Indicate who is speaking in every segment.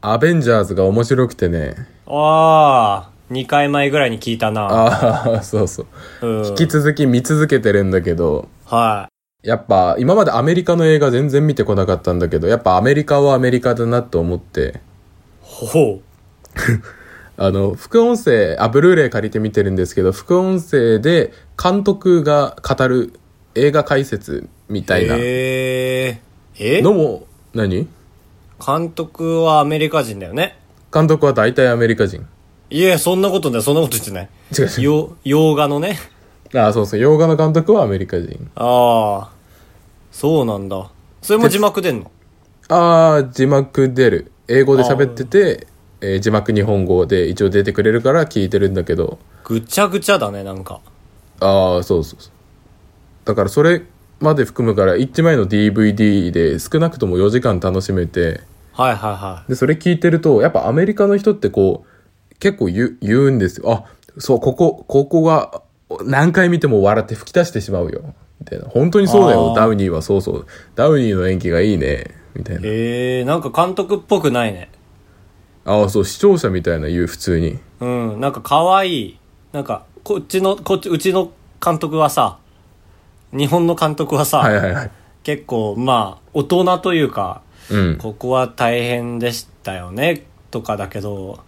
Speaker 1: アベンジャーズが面白くてね。
Speaker 2: ああ、2回前ぐらいに聞いたな。
Speaker 1: ああ、 そうそう。
Speaker 2: うん
Speaker 1: 引き続き見続けてるんだけど、
Speaker 2: は
Speaker 1: やっぱ今までアメリカの映画全然見てこなかったんだけど、やっぱアメリカはアメリカだなと思って、
Speaker 2: い。ほう。
Speaker 1: あの、副音声、あ、ブルーレイ借りて見てるんですけど、副音声で監督が語る映画解説みたいな
Speaker 2: えー、え
Speaker 1: のも、何
Speaker 2: 監督はアメリカ人だよね。
Speaker 1: 監督は大体アメリカ人。
Speaker 2: いえ、そんなことない、そんなこと言ってない。
Speaker 1: 違う違う。
Speaker 2: よ、洋画のね。
Speaker 1: あ、そうそう。洋画の監督はアメリカ人。
Speaker 2: ああ、そうなんだ。それも字幕出んの
Speaker 1: あー、字幕出る。英語で喋ってて、えー字幕日本語で一応出てくれるから聞いてるんだけど、
Speaker 2: ぐちゃぐちゃだね、なんか。
Speaker 1: ああ、そうそうそう。だからそれまで含むから、1枚の DVD で少なくとも4時間楽しめて、
Speaker 2: はいはいは
Speaker 1: で、それ聞いてると、やっぱアメリカの人ってこう、結構言う、言うんですよ。あ、そう、ここ、ここが、何回見ても笑って吹き出してしまうよ。みたいな。本当にそうだ
Speaker 2: あ
Speaker 1: よ、
Speaker 2: ー
Speaker 1: ダウニーは。そうそう。ダウニーの演技がいいね。みたい
Speaker 2: い。
Speaker 1: な。
Speaker 2: えー、なんか監督っぽくないね。
Speaker 1: ああ、そう、視聴者みたいな言う、普通に。
Speaker 2: うん、なんか可愛い。なんか、こっちの、こっち、うちの監督はさ、日本の監督はさ、
Speaker 1: はいはいはい。
Speaker 2: 結構、まあ、大人というか、
Speaker 1: うん。
Speaker 2: ここは大変でしたよね、とかだけど、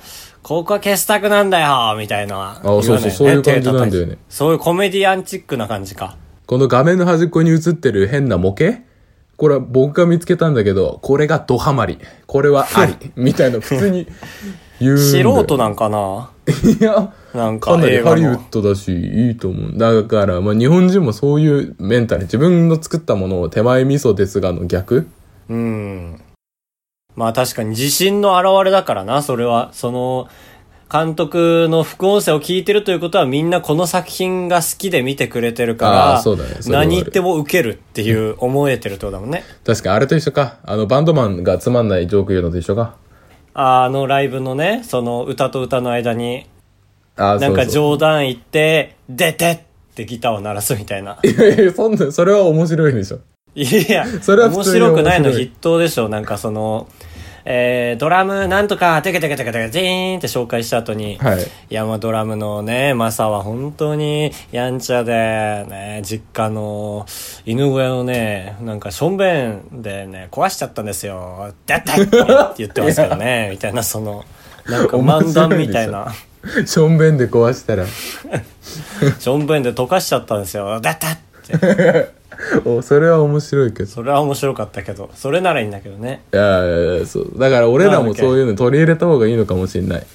Speaker 2: ここは傑作なんだよ、みたいな。あ
Speaker 1: そうそうそういう感じなんだよね
Speaker 2: そういうコメディアンチックな感じか。
Speaker 1: この画面の端っこに映ってる変な模型これは僕が見つけたんだけど、これがドハマり。これはあり。みたいな、普通に言うんだよ。
Speaker 2: 素人なんかない
Speaker 1: や、
Speaker 2: なんか
Speaker 1: かなり
Speaker 2: 映画の
Speaker 1: ハリウッドだし、いいと思う。だから、まあ日本人もそういうメンタル。自分の作ったものを手前味噌ですがの逆
Speaker 2: うん。まあ確かに自信の表れだからな、それは。その、監督の副音声を聞いてるということはみんなこの作品が好きで見てくれてる
Speaker 1: あ
Speaker 2: か
Speaker 1: ーそうだね
Speaker 2: ら、
Speaker 1: それはある
Speaker 2: 何言っても受けるっていう思えてるってことだもんね。
Speaker 1: 確かにあれと一緒か。あの、バンドマンがつまんないジョーク言うのと一緒か。
Speaker 2: あのライブのね、その歌と歌の間に、
Speaker 1: ああ、
Speaker 2: なんか
Speaker 1: そう
Speaker 2: 冗談言って、出てってギターを鳴らすみたいな。
Speaker 1: そう。いやいや、そんな、それは面白いでしょ。
Speaker 2: いや、
Speaker 1: それは
Speaker 2: 面
Speaker 1: 普通に
Speaker 2: 白くないの
Speaker 1: 面白
Speaker 2: 筆
Speaker 1: い
Speaker 2: 頭でしょ。なんかその、えー、ドラムなんとか、テケテケテケテケ、ジーンって紹介した後に、
Speaker 1: はい。
Speaker 2: いや、まあドラムのね、マサは本当にやんちゃで、ね、実家の犬小屋のね、なんかしょんべんでね、壊しちゃったんですよ。だったいって言ってますけどね、みたいな、その、なんか漫談みたいな。
Speaker 1: しょんべんで壊したら、
Speaker 2: しょんべんで溶かしちゃったんですよ。だったって。
Speaker 1: おそれは面白いけど。
Speaker 2: それは面白かったけど、それならいいんだけどね。
Speaker 1: いやいやいやそう。だから俺らもそういうの取り入れた方がいいのかもしれない。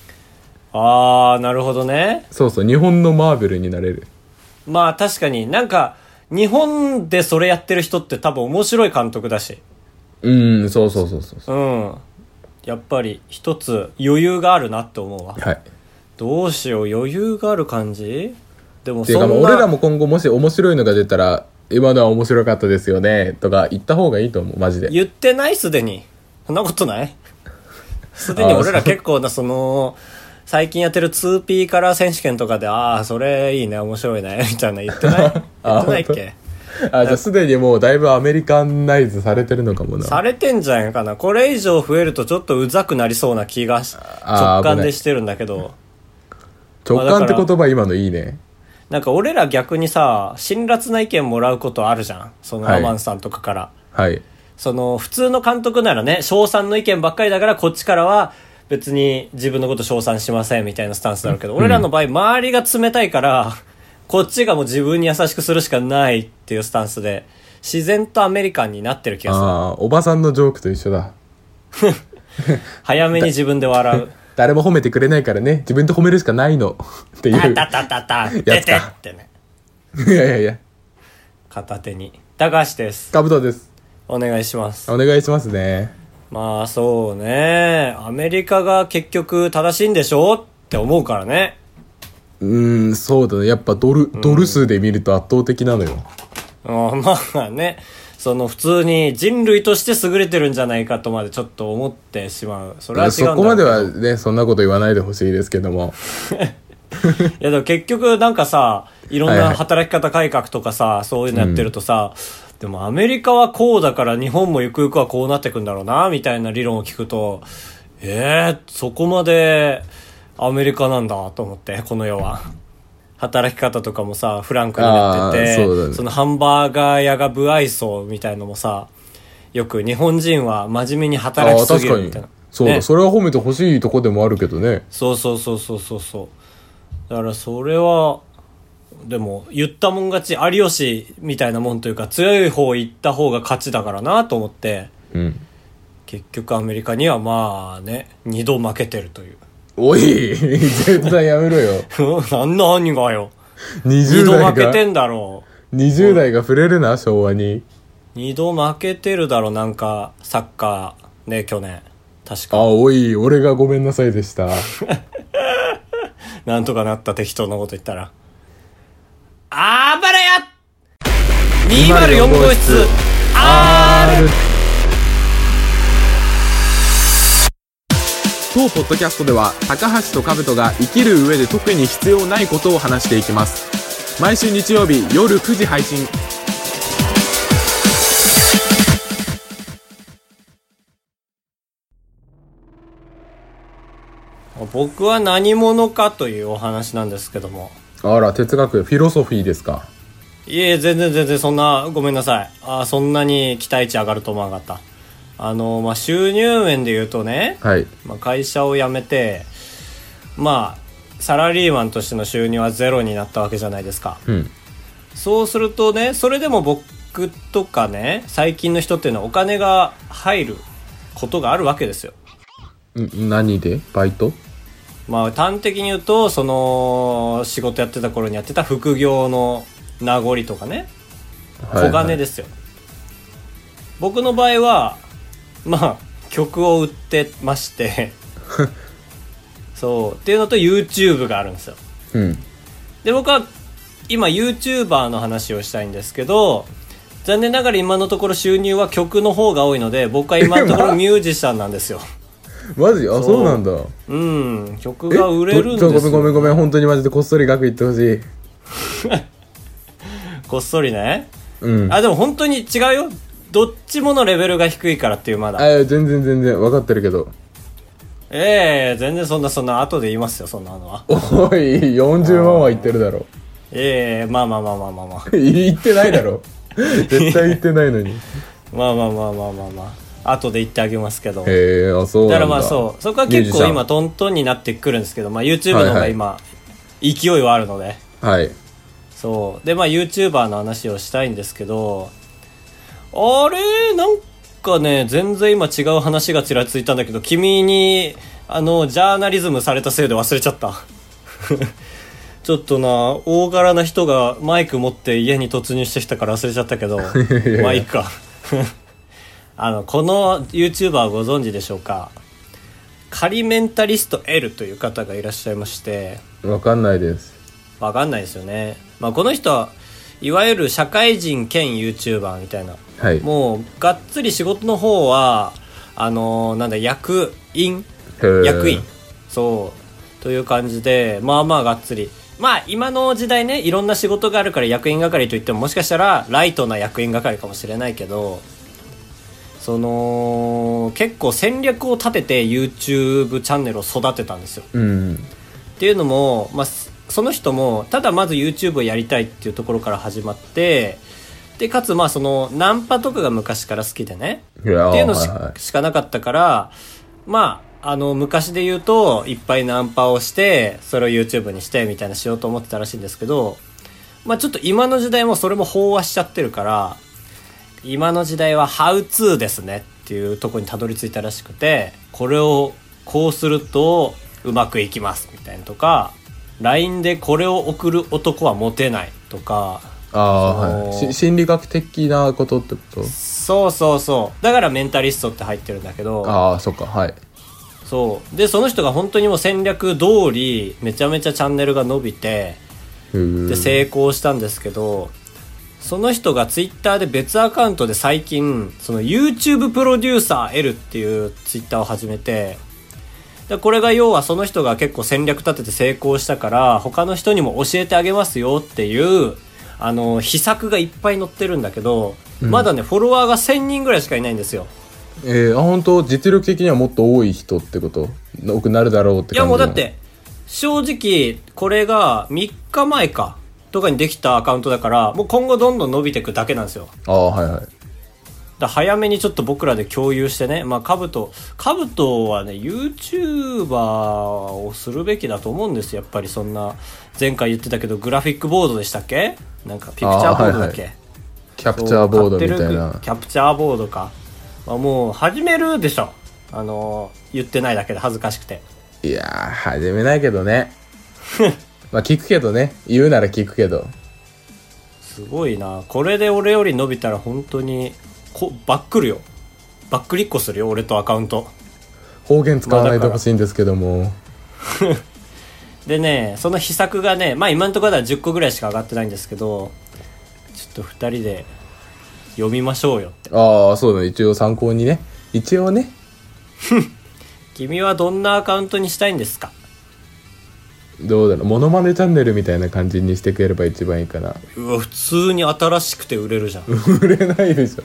Speaker 2: あー、なるほどね。
Speaker 1: そうそう、日本のマーベルになれる。
Speaker 2: まあ確かになんか、日本でそれやってる人って多分面白い監督だし。
Speaker 1: うん、そうそうそうそうそう。
Speaker 2: うん。やっぱり一つ余裕があるなって思うわ。
Speaker 1: はい。
Speaker 2: どうしよう、余裕がある感じでも
Speaker 1: っていうか
Speaker 2: そん
Speaker 1: ま
Speaker 2: な
Speaker 1: あ、俺らも今後もし面白いのが出たら、今のは面白かったですよね、とか言った方がいいと思う、マジで。
Speaker 2: 言ってないすでに。そんなことないすでに俺ら結構な、その、最近やってる 2P カラー選手権とかで、ああ、それいいね、面白いね、みたいな言ってない言ってないっけ
Speaker 1: あ、じゃあすでにもうだいぶアメリカンナイズされてるのかもな。
Speaker 2: されてんじゃんかな。これ以上増えるとちょっとうざくなりそうな気がし
Speaker 1: あー
Speaker 2: 直感
Speaker 1: 危ない
Speaker 2: でしてるんだけど。
Speaker 1: 直感って
Speaker 2: まあだ
Speaker 1: 言葉今のいいね。
Speaker 2: なんか俺ら逆にさ、辛辣な意見もらうことあるじゃん。その
Speaker 1: はい
Speaker 2: アマンさんとかから。
Speaker 1: はい。
Speaker 2: その普通の監督ならね、称賛の意見ばっかりだからこっちからは別に自分のこと称賛しませんみたいなスタンスになるけど、俺らの場合周りが冷たいから、こっちがもう自分に優しくするしかないっていうスタンスで、自然とアメリカンになってる気がする。
Speaker 1: ああ、おばさんのジョークと一緒だ。
Speaker 2: 早めに自分で笑う。
Speaker 1: 誰も褒めてくれないからね、自分で褒めるしかないの。っていう。
Speaker 2: た
Speaker 1: い
Speaker 2: たたた た、出てってね。
Speaker 1: やいやいや、
Speaker 2: 片手に。高橋です。
Speaker 1: カブトです。
Speaker 2: お願いします。
Speaker 1: お願いしますね。
Speaker 2: まあそうね。アメリカが結局正しいんでしょって思うからね。
Speaker 1: うーん、そうだね。やっぱドル、ドル数で見ると圧倒的なのよ。
Speaker 2: うんまあね、その普通に人類として優れてるんじゃないかとまでちょっと思ってしまう。それは違うんだ
Speaker 1: そこまでは
Speaker 2: は。
Speaker 1: ね、そんなこと言わないでほしいですけども。
Speaker 2: いやでも結局なんかさ、いろん
Speaker 1: はいは
Speaker 2: ない働き方改革とかさ、そういうのやってるとさ、でもアメリカはこうだから日本もゆくゆくはこうなってくんだろうな、みたいな理論を聞くと、ええそこまでアメリカなんだと思って、この世は。働き方とかもさ、フランクになって
Speaker 1: あー
Speaker 2: て、
Speaker 1: そうだね
Speaker 2: のハンバーガー屋が不愛想みたいのもさ、よく日本人は真面目に
Speaker 1: あ
Speaker 2: 働
Speaker 1: あ、
Speaker 2: きす
Speaker 1: 確
Speaker 2: ぎ
Speaker 1: か
Speaker 2: るみ
Speaker 1: に
Speaker 2: たいな。。
Speaker 1: そうだ、
Speaker 2: ね
Speaker 1: それは褒めてほしいとこでもあるけどね。
Speaker 2: そうそうそうそうそうそうだからそれはでも言ったもん勝ち有吉みたいなもんというか強い方行った方が勝ちだからなと思って
Speaker 1: うん。
Speaker 2: 結局アメリカにはまあね2度負けてるという
Speaker 1: おい絶対やめろよ。
Speaker 2: 何の兄がよ
Speaker 1: 20
Speaker 2: 2度
Speaker 1: 代
Speaker 2: 負けて
Speaker 1: が、
Speaker 2: んだろ
Speaker 1: 20代が触れるな、昭和に。
Speaker 2: う2度負けてるだろなんかサッカーね去年確
Speaker 1: あ、
Speaker 2: か
Speaker 1: おい、俺がごめんなさいでした。
Speaker 2: なんとかなった適当なこと言ったらあばらや204号室
Speaker 1: R! 当ポッドキャストでは高橋と兜が生きる上で特に必要ないことを話していきます毎週日曜日夜9時配信
Speaker 2: 僕は何者かというお話なんですけども
Speaker 1: あら哲学フィロソフィーですか
Speaker 2: いえ全然全然そんなごめんなさいあーそんなに期待値上がると思わなかったあのまあ収入面で言うとね、
Speaker 1: はい
Speaker 2: まあ、会社を辞めてまあサラリーマンとしての収入はゼロになったわけじゃないですか
Speaker 1: うん
Speaker 2: そうするとねそれでも僕とかね最近の人っていうのはお金が入ることがあるわけですよ
Speaker 1: ん何でバイト
Speaker 2: まあ端的に言うとその仕事やってた頃にやってた副業の名残とかね小金ですよ、僕の場合はまあ曲を売ってまして そうっていうのと YouTube があるんですよ
Speaker 1: す、うん、
Speaker 2: で僕は今 YouTuber の話をしたいんですけど残念ながら今のところ収入は曲の方が多いので僕は今のところミュージシャンなんですよ
Speaker 1: マジあそう
Speaker 2: う
Speaker 1: なんだ
Speaker 2: うん曲
Speaker 1: え
Speaker 2: が売れるんです
Speaker 1: ど
Speaker 2: よ
Speaker 1: どごめんごめんごめん本当にマジでこっそり額言ってほしい
Speaker 2: こっそりね
Speaker 1: うん
Speaker 2: あ、でも本当に違うよ。どっちものレベルが低いからっていうまだ。
Speaker 1: あいや全然全然分かってるけど
Speaker 2: ええ全然そんなそんな後で言いますよ、そんなのは。
Speaker 1: おい40万は言ってるだろ
Speaker 2: ええまあまあまあまあまあまあ。
Speaker 1: 言ってないだ ろ絶対言ってないのにへ
Speaker 2: まあまあまあまあまあまあ。後で言ってあげますけど。だ
Speaker 1: えあそうな
Speaker 2: か
Speaker 1: んだ
Speaker 2: らまあそう。そこは
Speaker 1: ミュー
Speaker 2: 結
Speaker 1: ジシャ
Speaker 2: 構
Speaker 1: ン
Speaker 2: 今トントンになってくるんですけど、まあ YouTube の方が今、勢いはあるので。
Speaker 1: はい
Speaker 2: そう。でまあ YouTuber の話をしたいんですけど、あれなんかね、全然今違う話がちらついたんだけど、君に、あの、ジャーナリズムされたせいで忘れちゃった。 ちょっとな、大柄な人がマイク持って家に突入してきたから忘れちゃったけ ど、
Speaker 1: やいや
Speaker 2: まあいいか。 あの、この YouTuber ご存知でしょうかカリメンタリスト L という方がいらっしゃいまして、
Speaker 1: わかんないです
Speaker 2: わかんないですよね。まあ、この人は、いわゆる社会人兼 YouTuber みたいな。
Speaker 1: はいへ
Speaker 2: もう、がっつり仕事の方は、あのーなんだ、役員
Speaker 1: え
Speaker 2: 役員。そう。という感じで、まあまあがっつり。まあ、今の時代ね、いろんな仕事があるから役員係といっても、もしかしたら、ライトな役員係かもしれないけど、その、結構戦略を立てて YouTube チャンネルを育てたんですよ。
Speaker 1: うん
Speaker 2: っていうのも、まあ、そその人もただまず YouTube をやりたいっていうところから始まってでかつまあそのナンパとかが昔から好きでね
Speaker 1: いやー
Speaker 2: っていうのし,、
Speaker 1: はいはい
Speaker 2: しかなかったからまああの昔で言うといっぱいナンパをしてそれを YouTube にしてみたいなしようと思ってたらしいんですけどまあちょっと今の時代もそれも飽和しちゃってるから今の時代は「ハウツーですねっていうところにたどり着いたらしくてこれをこうするとうまくいきますみたいなとか LINE でこれを送る男はモテないとか
Speaker 1: ああ
Speaker 2: そ
Speaker 1: は
Speaker 2: の
Speaker 1: いし心理学的なことってこ
Speaker 2: そうそうそうだからメンタリストって入ってるんだけ
Speaker 1: と
Speaker 2: ど
Speaker 1: ああそっかはい
Speaker 2: そうでその人が本当にもう戦略通りめちゃめちゃチャンネルが伸びてで
Speaker 1: で
Speaker 2: 成功したんですけど、その人がツイッターで別アカウントで最近その YouTube プロデューサー L っていうツイッターを始めてでこれが要はその人が結構戦略立てて成功したから他の人にも教えてあげますよっていうあの秘策がいっぱい載ってるんだけど、まだねフォロワーが1000人ぐらいしかいないんですよ
Speaker 1: えー、あ、本当実力的にはもっと多い人ってこと多くなるだろうって感じ
Speaker 2: いやもうだっ
Speaker 1: なの。
Speaker 2: て正直これが3日前かとかにできたアカウントだからもう今後どんどん伸びていくだけなんですよ
Speaker 1: ああ、はいはい。
Speaker 2: だ早めにちょっと僕らで共有してね、まあ、カブト、カブトはね、YouTuber をするべきだと思うんですよ、やっぱりそんな、前回言ってたけど、グラフィックボードでしたっけなんか、ピクチャーボードだっけ、
Speaker 1: あキャプチャーボードみたい
Speaker 2: そう買って
Speaker 1: な
Speaker 2: る。キャプチャーボードか。まあ、もう、始めるでしょ。あの、言ってないだけで恥ずかしくて。
Speaker 1: いやー、始めないけどね。 まあ聞くけどね。言うなら聞くけど。
Speaker 2: すごいな。これで俺より伸びたら本当に、こバックるよ。バックリッコするよ、俺とアカウント。
Speaker 1: 方言使わない
Speaker 2: まあだか
Speaker 1: で
Speaker 2: ら
Speaker 1: ほしいんですけども。
Speaker 2: でねその秘策がねまあ今のところでは10個ぐらいしか上がってないんですけどちょっと2人で読みましょうよって
Speaker 1: ああ、そうだね。一応参考にね。一応ね。
Speaker 2: 君はどんなアカウントにしたいんですか
Speaker 1: どうだろう。モノマネチャンネルみたいな感じにしてくれれば一番いいかな。
Speaker 2: うわ普通に新しくて売れるじゃん
Speaker 1: 売れないでしょ。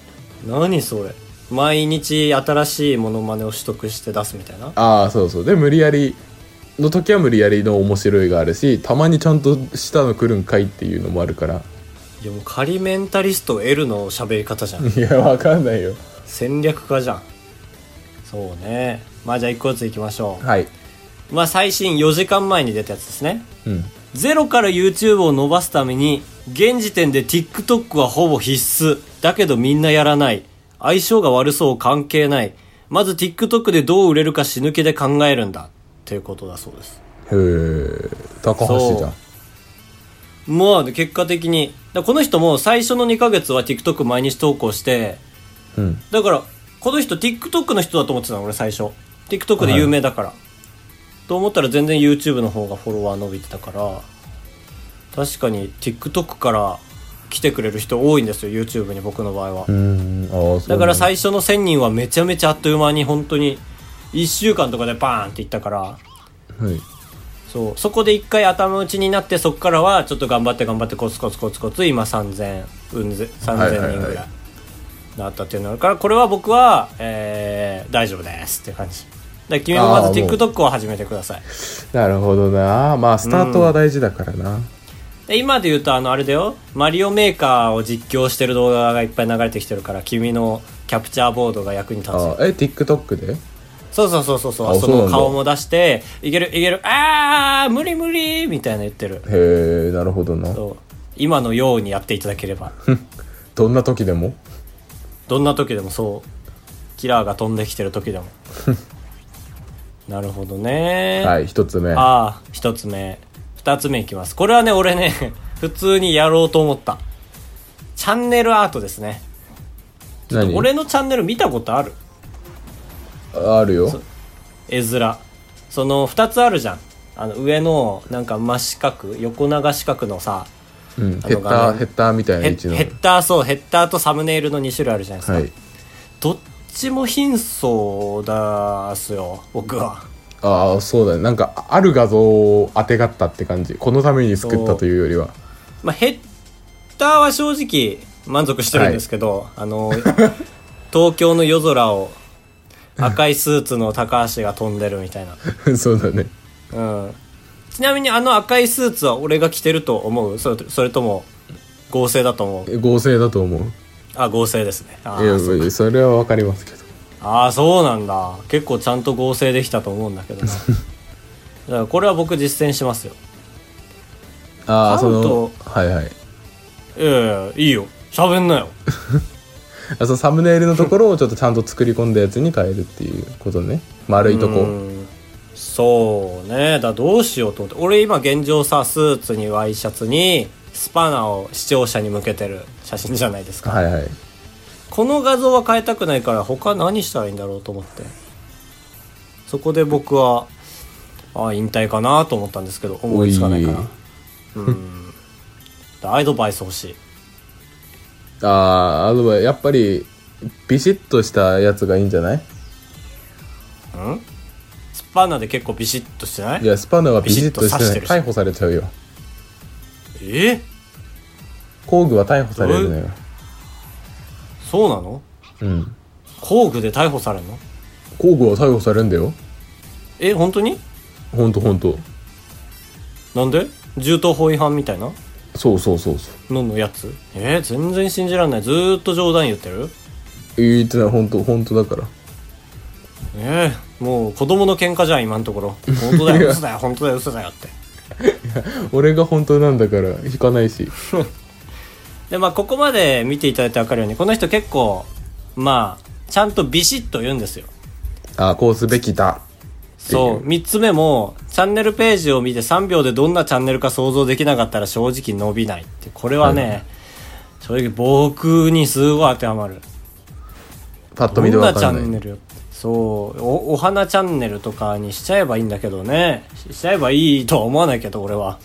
Speaker 2: 何それ毎日新しいモノマネを取得して出すみたいな
Speaker 1: ああ、そうそう。で、無理やりの時は無理やりの面白いがあるし、たまにちゃんとしたの来るんかいっていうのもあるから。
Speaker 2: いやもう仮メンタリスト L の喋り方じゃん
Speaker 1: いや、わかんないよ。
Speaker 2: 戦略家じゃんそうねまあじゃあ1個ずついきましょ
Speaker 1: はい。
Speaker 2: うまあ最新4時間前に出たやつですね
Speaker 1: うん。
Speaker 2: ゼロから YouTube を伸ばすために、現時点で TikTok はほぼ必須。だけどみんなやらない。相性が悪そう関係ない。まず TikTok でどう売れるか死ぬ気で考えるんだ。っていうことだそうです。
Speaker 1: へえ、高橋じゃん。
Speaker 2: まあ、で結果的に。だこの人も最初の2ヶ月は TikTok 毎日投稿して、
Speaker 1: うん。
Speaker 2: だから、この人 TikTok の人だと思ってたの、俺最初。TikTok で有名だから。と思ったら全然 YouTube の方がフォロワー伸びてたから、確かに TikTok から来てくれる人多いんですよ、YouTube に僕の場合は
Speaker 1: う。ん。ああ、そう
Speaker 2: だ
Speaker 1: なん
Speaker 2: から最初の1000人はめちゃめちゃあっという間に本当に1週間とかでバーンっていったから、
Speaker 1: はい。
Speaker 2: そう、そこで一回頭打ちになって、そこからはちょっと頑張って頑張ってコツコツコツコツ、今3000、うんぜ、
Speaker 1: はいはい
Speaker 2: 3000
Speaker 1: はい
Speaker 2: 人ぐらいなったっていうのがあるから、これは僕は、えー、大丈夫ですっていう感じ。で、君もま
Speaker 1: あ
Speaker 2: ず
Speaker 1: ーもう
Speaker 2: TikTok を始めてください。
Speaker 1: なるほどな。まあ、スタートは大事だからな。
Speaker 2: で、今で言うと、あの、あれだよ、マリオメーカーを実況してる動画がいっぱい流れてきてるから、君のキャプチャーボードが役に立つよ
Speaker 1: あえ、TikTok で
Speaker 2: そうそうそうそうそ
Speaker 1: あ
Speaker 2: う、
Speaker 1: そ
Speaker 2: そう
Speaker 1: なんだ
Speaker 2: の顔も出して、いけるいける、あー、無理無理みたいな言ってる。
Speaker 1: へえ、なるほどな。
Speaker 2: そう今のようにやっていただければ。
Speaker 1: どんな時でも
Speaker 2: どんな時でもそうキラーが飛んできて る時でもなるほどね、
Speaker 1: はい、一つ目。あ
Speaker 2: ああ一つ目二つ目いきますこれはね俺ね 普通にやろうと思ったチャンネルアートですね
Speaker 1: 何
Speaker 2: 俺のチャンネル見たことある
Speaker 1: あるよ。
Speaker 2: 絵面その二つあるじゃんあの上のなんか真四角横長四角のさ
Speaker 1: うん。
Speaker 2: あの
Speaker 1: ヘッ
Speaker 2: 画
Speaker 1: ダー、
Speaker 2: 面
Speaker 1: ヘッダーみたいな
Speaker 2: ヘ
Speaker 1: 位
Speaker 2: ッ
Speaker 1: 置の。
Speaker 2: ヘッダーそうヘッダーとサムネイルの2種類あるじゃないですか、
Speaker 1: はい。
Speaker 2: どっちも貧相だっすよ僕は
Speaker 1: ああ、そうだね。なんか、ある画像を当てがったって感じ。このために作ったというよりは。
Speaker 2: まあ、ヘッダーは正直満足してるんですけど、あの 東京の夜空を赤いスーツの高橋が飛んでるみたい
Speaker 1: そうだね。
Speaker 2: な、うん、ちなみにあの赤いスーツは俺が着てると思うそれとそれとも合成だと思う
Speaker 1: 合成だと思う。
Speaker 2: あ合成ですねあ
Speaker 1: いや、
Speaker 2: ーそう
Speaker 1: それはわかりますけど。
Speaker 2: あーそうなんだ結構ちゃんと合成できたと思うんだけど なだからこれは僕実践しますよ
Speaker 1: ああ、その
Speaker 2: カウン、
Speaker 1: はいはい。
Speaker 2: いやいやいいよ喋んなよ
Speaker 1: あそのサムネイルのところをちょっとちゃんと作り込んだやつに変えるっていうこと ね丸いと
Speaker 2: う
Speaker 1: こ
Speaker 2: んそうねだどうしようと思って俺今現状さスーツにワイシャツにスパナを視聴者に向けてる写真じゃな いですか、
Speaker 1: はいはい
Speaker 2: この画像は変えたくないから他何したらいいんだろうと思ってそこで僕はあ引退かなと思ったんですけど思いつかないから
Speaker 1: おい
Speaker 2: うんアドバイス欲しい
Speaker 1: ああーあとはやっぱりビシッとしたやつがいいんじゃない
Speaker 2: スパナで結構ビシッとしてない
Speaker 1: いやスパナはビシッとし
Speaker 2: ビシッと刺してて
Speaker 1: な
Speaker 2: る
Speaker 1: い
Speaker 2: し
Speaker 1: 逮捕されちゃうよ
Speaker 2: え
Speaker 1: 工具は逮捕されるのよ
Speaker 2: そうなの
Speaker 1: うん
Speaker 2: 工具で逮捕されるの
Speaker 1: 工具は逮捕されるんだよ
Speaker 2: え、本当に
Speaker 1: ほんとほんと
Speaker 2: なんで銃刀法違反みたいな
Speaker 1: そうそうそうそう
Speaker 2: ののやつえー、全然信じられない。ずーっと冗談言ってる
Speaker 1: 言ってないほんとほんとだから
Speaker 2: えー、もう子供の喧嘩じゃん、今のところ。本当だ
Speaker 1: い
Speaker 2: よ、
Speaker 1: や
Speaker 2: 嘘だよ、本当だよ、嘘だよって。
Speaker 1: 俺が本当なんだから引かないし
Speaker 2: で、まあ、ここまで見ていただいてわかるように、この人結構、まあ、ちゃんとビシッと言うんですよ。
Speaker 1: ああこうすべきだ
Speaker 2: そう。三つ目も、チャンネルページを見て3秒でどんなチャンネルか想像できなかったら正直伸びないって。これはね、正直僕にすごい当てはまる。
Speaker 1: パッと
Speaker 2: ど
Speaker 1: 見
Speaker 2: ん
Speaker 1: で
Speaker 2: な
Speaker 1: わ
Speaker 2: チャ
Speaker 1: かんない
Speaker 2: ンネルよそうお、お花チャンネルとかにしちゃえばいいんだけどね。ししちゃえばいいとは思わないけど、俺は。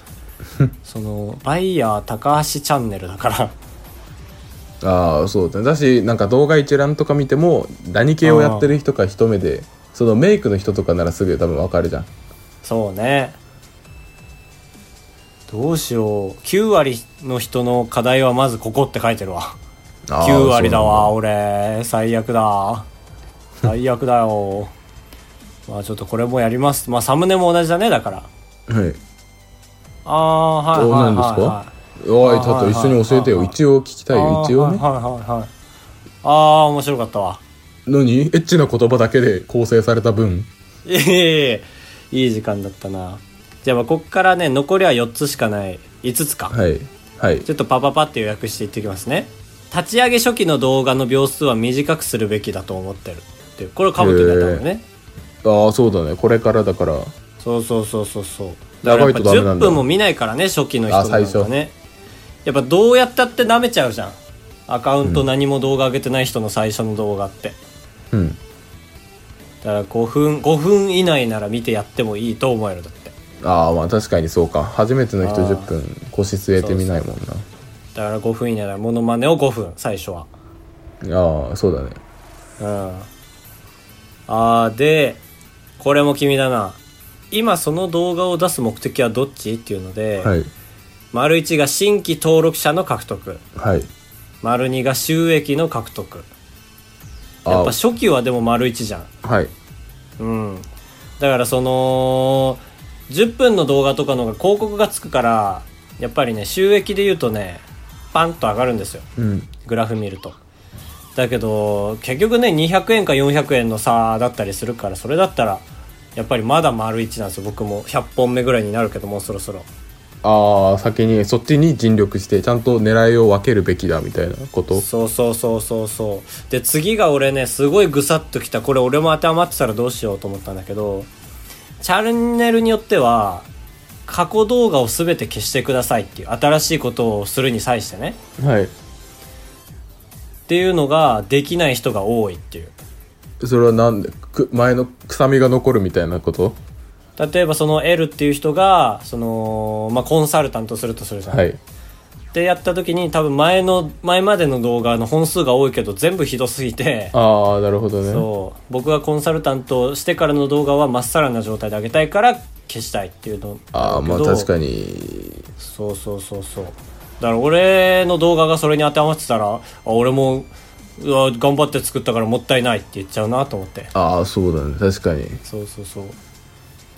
Speaker 2: その、バイヤー高橋チャンネルだから。
Speaker 1: ああそうだねだしなんか動画一覧とか見ても何系をやってる人か一目でそのメイクの人とかならすぐ多分わかるじゃん
Speaker 2: そうねどうしよう9割の人の課題はまずここって書いてるわ
Speaker 1: あー
Speaker 2: 9割だわ
Speaker 1: そう
Speaker 2: 俺最悪だ最悪だよまあちょっとこれもやりますまあサムネも同じだねだから
Speaker 1: なんだはい
Speaker 2: ああはい
Speaker 1: どう
Speaker 2: は
Speaker 1: ないんですか
Speaker 2: はいはい
Speaker 1: お
Speaker 2: あ
Speaker 1: い
Speaker 2: ー
Speaker 1: ちょっと一緒に教えてよ
Speaker 2: はいはいはい
Speaker 1: 一応聞きたい
Speaker 2: あ
Speaker 1: よ
Speaker 2: ー
Speaker 1: 一応ね
Speaker 2: はいはいはいはいああ面白かったわ
Speaker 1: 何エッチな言葉だけで構成された分
Speaker 2: いやいやいやいい時間だったなじゃあまあこっからね残りは4つしかない5つか
Speaker 1: はいはい
Speaker 2: ちょっとパパパって予約していってきますね。立ち上げ初期の動画の秒数は短くするべきだと思ってるっていう。これかぶってんだったんだね。
Speaker 1: ああそうだねこれからだから
Speaker 2: そうそうそうそうそう。だ
Speaker 1: 長
Speaker 2: からや
Speaker 1: い
Speaker 2: っぱ
Speaker 1: とダメな
Speaker 2: 10
Speaker 1: んだ
Speaker 2: 分も見ないからね、初期の人
Speaker 1: あ最初
Speaker 2: なんかね。やっぱどうやったって舐めちゃうじゃん。アカウント何も動画上げてない人の最初の動画って。
Speaker 1: うん
Speaker 2: だから5分、5分以内なら見てやってもいいと思えるだって。
Speaker 1: ああまあ確かにそうか初めての人
Speaker 2: あー
Speaker 1: 10分腰据えてみないもんな
Speaker 2: だから5分以内ならモノマネを5分、最初は。
Speaker 1: ああーそうだね
Speaker 2: うん。ああー、で、これも君だな。今その動画を出す目的はどっちっていうので、
Speaker 1: はい
Speaker 2: 丸1が新規登録者の獲得、
Speaker 1: はい
Speaker 2: 丸2が収益の獲得。やっ
Speaker 1: あ
Speaker 2: ぱ
Speaker 1: あ
Speaker 2: 初期はでも丸1じゃん。
Speaker 1: はい
Speaker 2: うん。だからその、10分の動画とかの方が広告がつくから、やっぱりね、収益で言うとね、パンと上がるんですよ。
Speaker 1: うん
Speaker 2: グラフ見るとだけど結局ね200円か400円の差だったりするからそれだったらやっぱりまだ丸1なんですよ僕も100本目ぐらいになるけどもうそろそろ
Speaker 1: ああ先にそっちに尽力してちゃんと狙いを分けるべきだみたいなこと
Speaker 2: そうそうそうそうそうで次が俺ねすごいぐさっときたこれ俺も当てはまってたらどうしようと思ったんだけどチャンネルによっては過去動画を全て消してくださいっていう新しいことをするに際してね
Speaker 1: はい
Speaker 2: っていうのができない人が多いっていう
Speaker 1: それはなんでく前の臭みが残るみたいなこと
Speaker 2: 例えばその L っていう人がその、まあ、コンサルタントするとするじゃん、、
Speaker 1: はいい
Speaker 2: でやった時に多分前の前までの動画の本数が多いけど全部ひどすぎて
Speaker 1: ああなるほどね
Speaker 2: そう僕がコンサルタントしてからの動画はまっさらな状態で上げたいから消したいっていうの
Speaker 1: ああまあ確かに
Speaker 2: そうそうそうそうだから俺の動画がそれに当てはまってたらあ俺もうわ頑張って作ったからもったいないって言っちゃうなと思って
Speaker 1: ああそうだね確かに
Speaker 2: そうそうそう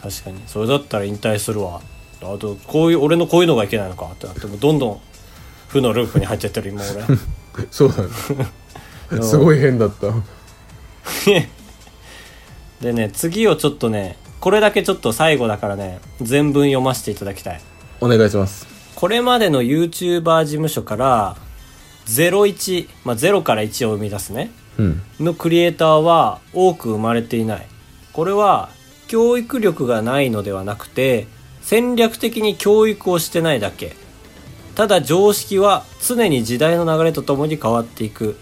Speaker 2: 確かにそれだったら引退するわあとこういう俺のこういうのがいけないのかってなってもうどんどん負のループに入っちゃってる今
Speaker 1: そう だねすごい変だった
Speaker 2: 俺 でね次をちょっとねこれだけちょっと最後だからね全文読ませていただきたい
Speaker 1: お願いします
Speaker 2: これまでの YouTuber 事務所から01、まあ、0から1を生み出すね
Speaker 1: うん
Speaker 2: のクリエイターは多く生まれていないこれは教育力がないのではなくて戦略的に教育をしてないだけただ常識は常に時代の流れとともに変わっていく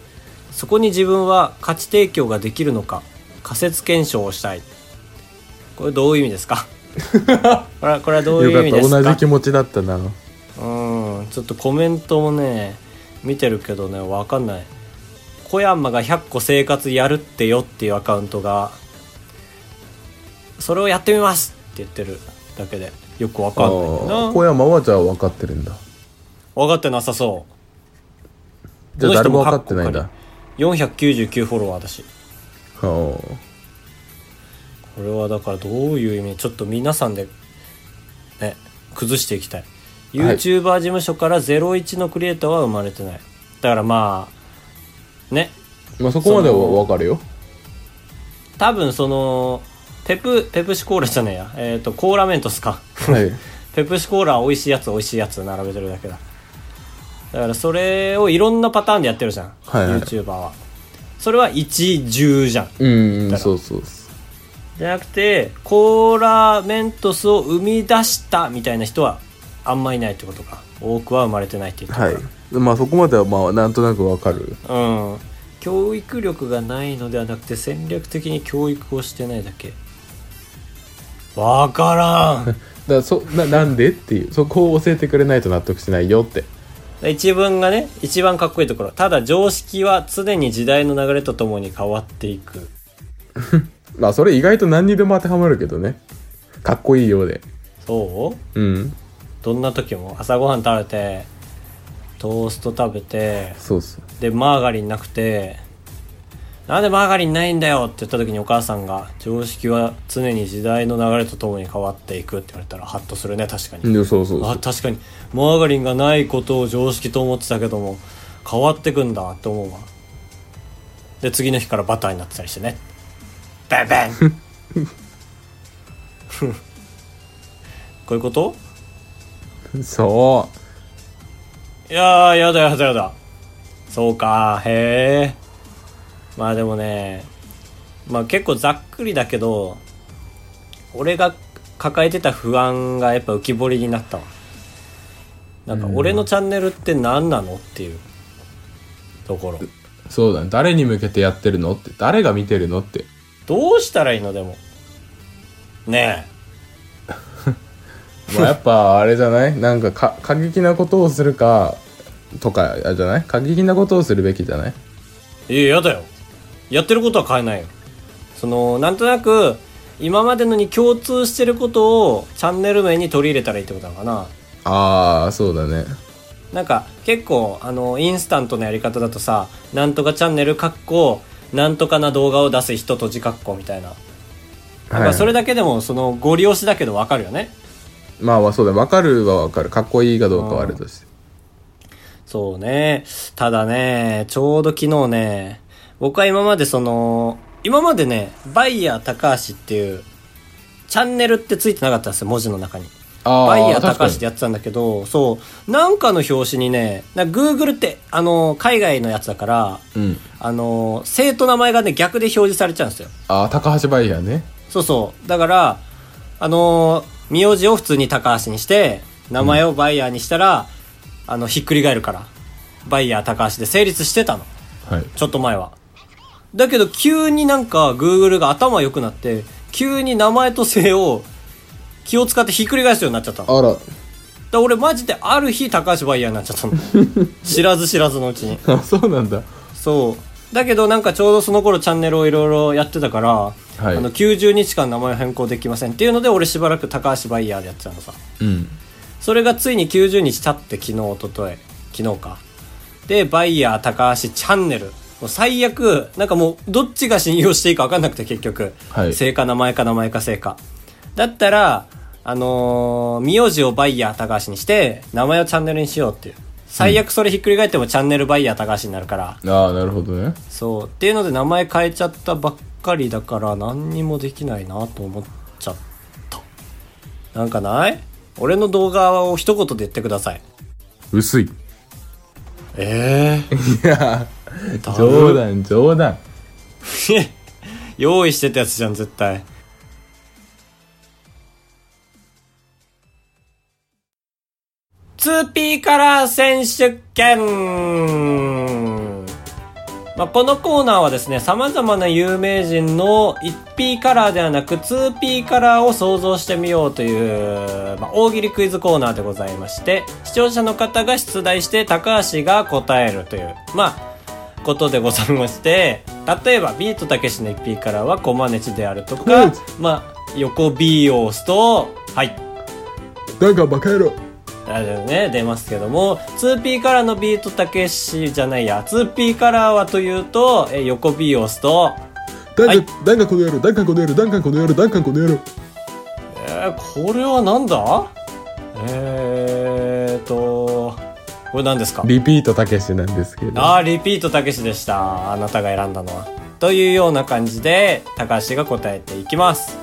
Speaker 2: そこに自分は価値提供ができるのか仮説検証をしたいこれどういう意味で すかこれはこれはどういう意味
Speaker 1: よ
Speaker 2: で
Speaker 1: かっ
Speaker 2: すか
Speaker 1: た同じ気持ちだったな
Speaker 2: うんちょっとコメントもね見てるけどねわかんない小山が100個生活やるってよっていうアカウントがそれをやってみますって言ってるだけでよくわ
Speaker 1: あ
Speaker 2: かんないんだよ
Speaker 1: あ
Speaker 2: な
Speaker 1: 小山はじゃあ分かってるんだ
Speaker 2: 分かってなさそう
Speaker 1: じゃあ
Speaker 2: この人
Speaker 1: 誰
Speaker 2: も
Speaker 1: も分かってないん
Speaker 2: かっ
Speaker 1: だ
Speaker 2: 499フォロワーだし
Speaker 1: あ
Speaker 2: これはだからどういう意味ちょっと皆さんでね崩していきたい
Speaker 1: はい
Speaker 2: YouTuber 事務所から01のクリエイターは生まれてないだからまあね
Speaker 1: あまあそこまではわかるよ
Speaker 2: 多分そのペプペプシコーラじゃねえやえっ、とコーラメントスか
Speaker 1: はい
Speaker 2: ペプシコーラ美味しいやつ美味しいやつ並べてるだけだだからそれをいろんなパターンでやってるじゃん、
Speaker 1: はいはい
Speaker 2: YouTuber はそれは110じゃん
Speaker 1: うんう
Speaker 2: だ
Speaker 1: ん
Speaker 2: から
Speaker 1: そうそう
Speaker 2: じゃなくてコーラメントスを生み出したみたいな人はあんまいないってことか多くは生まれてないって言ったか
Speaker 1: は
Speaker 2: ら、
Speaker 1: いまあそこまではまあなんとなくわかる
Speaker 2: うん教育力がないのではなくて戦略的に教育をしてないだけわからん
Speaker 1: だからそななんでっていうそこを教えてくれないと納得しないよって
Speaker 2: 一文がね一番かっこいいところただ常識は常に時代の流れとともに変わっていく
Speaker 1: まあそれ意外と何にでも当てはまるけどねかっこいいようで
Speaker 2: そう
Speaker 1: うん
Speaker 2: どんな時も朝ごはん食べてトースト食べて
Speaker 1: そうそう
Speaker 2: でマーガリンなくてなんでマーガリンないんだよって言った時にお母さんが常識は常に時代の流れとともに変わっていくって言われたらハッとするね確かに、
Speaker 1: うんそうそうそう
Speaker 2: あ確かにマーガリンがないことを常識と思ってたけども変わってくんだって思うわで次の日からバターになってたりしてねベン ベンこういうこと
Speaker 1: そ
Speaker 2: いやー、やだやだやだ。そうか、へえ。まあでもね、まあ結構ざっくりだけど、俺が抱えてた不安がやっぱ浮き彫りになったわ。なんか俺のチャンネルって何なのっていうところ。
Speaker 1: うそうだね誰に向けてやってるのって誰が見てるのって
Speaker 2: どうしたらいいのでも。ね
Speaker 1: まあ、やっぱあれじゃないなんかか過激なことをするかとかあれじゃない過激なことをするべきじゃない
Speaker 2: え。いや、やだよ。やってることは変えないよ。その、なんとなく、今までのに共通してることをチャンネル名に取り入れたらいいってことなのかな。
Speaker 1: ああそうだね
Speaker 2: なんか結構あのインスタントのやり方だとさなんとかチャンネルかっこなんとかな動画を出す人とじかっこみたいななん
Speaker 1: は
Speaker 2: か
Speaker 1: い
Speaker 2: それだけでもそのご利用しだけどわかるよね
Speaker 1: まあまあそうだわかるはわかるかっこいいかどうかはあれとして
Speaker 2: そうねただねちょうど昨日ね僕は今までその今までねバイヤー高橋っていうチャンネルってついてなかったんですよ文字の中に
Speaker 1: あ
Speaker 2: バイヤー高橋
Speaker 1: 確
Speaker 2: で
Speaker 1: か
Speaker 2: やってたんだけどそうなんかの表紙にねなんか Google ってあの海外のやつだから
Speaker 1: にうん
Speaker 2: あの、生徒名前がね、逆で表示されちゃうんですよ。
Speaker 1: ああ高橋バイヤーね
Speaker 2: そうそう。だから、あの、名字を普通に高橋にして、名前をバイヤーにしたら、あの、ひっくり返るから。バイヤー高橋で成立してたの。
Speaker 1: はい
Speaker 2: ちょっと前は。だけど、急になんか、Google が頭良くなって、急に名前と姓を気を使ってひっくり返すようになっちゃったの。だか
Speaker 1: あら
Speaker 2: ら俺マジである日高橋バイヤーになっちゃったの。知らず知らずのうちに。
Speaker 1: あそうなんだ
Speaker 2: そうだけどなんかちょうどその頃チャンネルをいろいろやってたから、
Speaker 1: はい
Speaker 2: あの90日間名前を変更できませんっていうので俺しばらく高橋バイヤーでやってたのさ
Speaker 1: うん
Speaker 2: それがついに90日経って昨日おととい昨日かでバイヤー高橋チャンネルもう最悪なんかもうどっちが信用していいか分かんなくて結局、
Speaker 1: はい
Speaker 2: 正か名前か名前か正かだったらあのー名字をバイヤー高橋にして名前をチャンネルにしようっていう最悪それひっくり返ってもチャンネルバイヤー高橋になるから、
Speaker 1: ああなるほどね
Speaker 2: そうっていうので名前変えちゃったばっかりだから何にもできないなと思っちゃったなんかない俺の動画を一言で言ってください
Speaker 1: 薄いい
Speaker 2: ええ
Speaker 1: や
Speaker 2: だいぶ
Speaker 1: 冗談冗談
Speaker 2: 用意してたやつじゃん絶対ツ p から選手権まあ、このコーナーはですね、様々な有名人の 1P カラーではなく 2P カラーを想像してみようという、まあ、大喜利クイズコーナーでございまして、視聴者の方が出題して高橋が答えるという、まあ、ことでございまして、例えばビートたけしの 1P カラーはコマネチであると
Speaker 1: う
Speaker 2: か
Speaker 1: ん、
Speaker 2: まあ、横 B を押すと、はい、
Speaker 1: なんかバカ野郎
Speaker 2: あれね、出ますけども、2P カラーのビートたけしじゃないや、2P カラーはというと、え横 B を押すと、
Speaker 1: ダンカン、
Speaker 2: はい
Speaker 1: ダンカンこの野郎、ダンカンこの野郎、ダンカンこの野郎、ダンカンこの野郎。
Speaker 2: えー、これはなんだえーと、これ何ですか
Speaker 1: リピートたけしなんですけど。
Speaker 2: あーリピートたけしでした。あなたが選んだのは。というような感じで、高橋が答えていきます。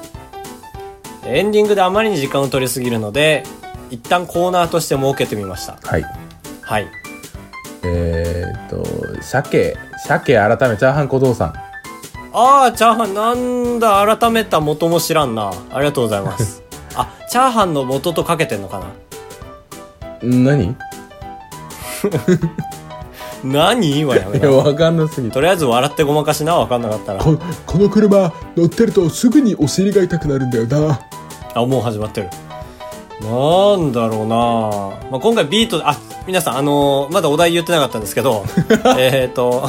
Speaker 2: エンディングであまりに時間を取りすぎるので、一旦コーナーとして設けてみました。
Speaker 1: はい。
Speaker 2: はい。
Speaker 1: えーっと、鮭、鮭改め、チャーハン小僧さん。
Speaker 2: あー、チャーハン、なんだ、改めた元も知らんな。ありがとうございます。あ、チャーハンの元とかけてんのかな
Speaker 1: 何
Speaker 2: 何はやめ
Speaker 1: いや、
Speaker 2: な。
Speaker 1: わかんなすぎて。
Speaker 2: とりあえず笑ってごまかしな、わかんなかったら。
Speaker 1: ここの車乗ってるとすぐにお尻が痛くなるんだよな
Speaker 2: あ、もう始まってる。なんだろうなまあ、今回ビート、あ、皆さん、あのーまだお題言ってなかったんです けど、えっと、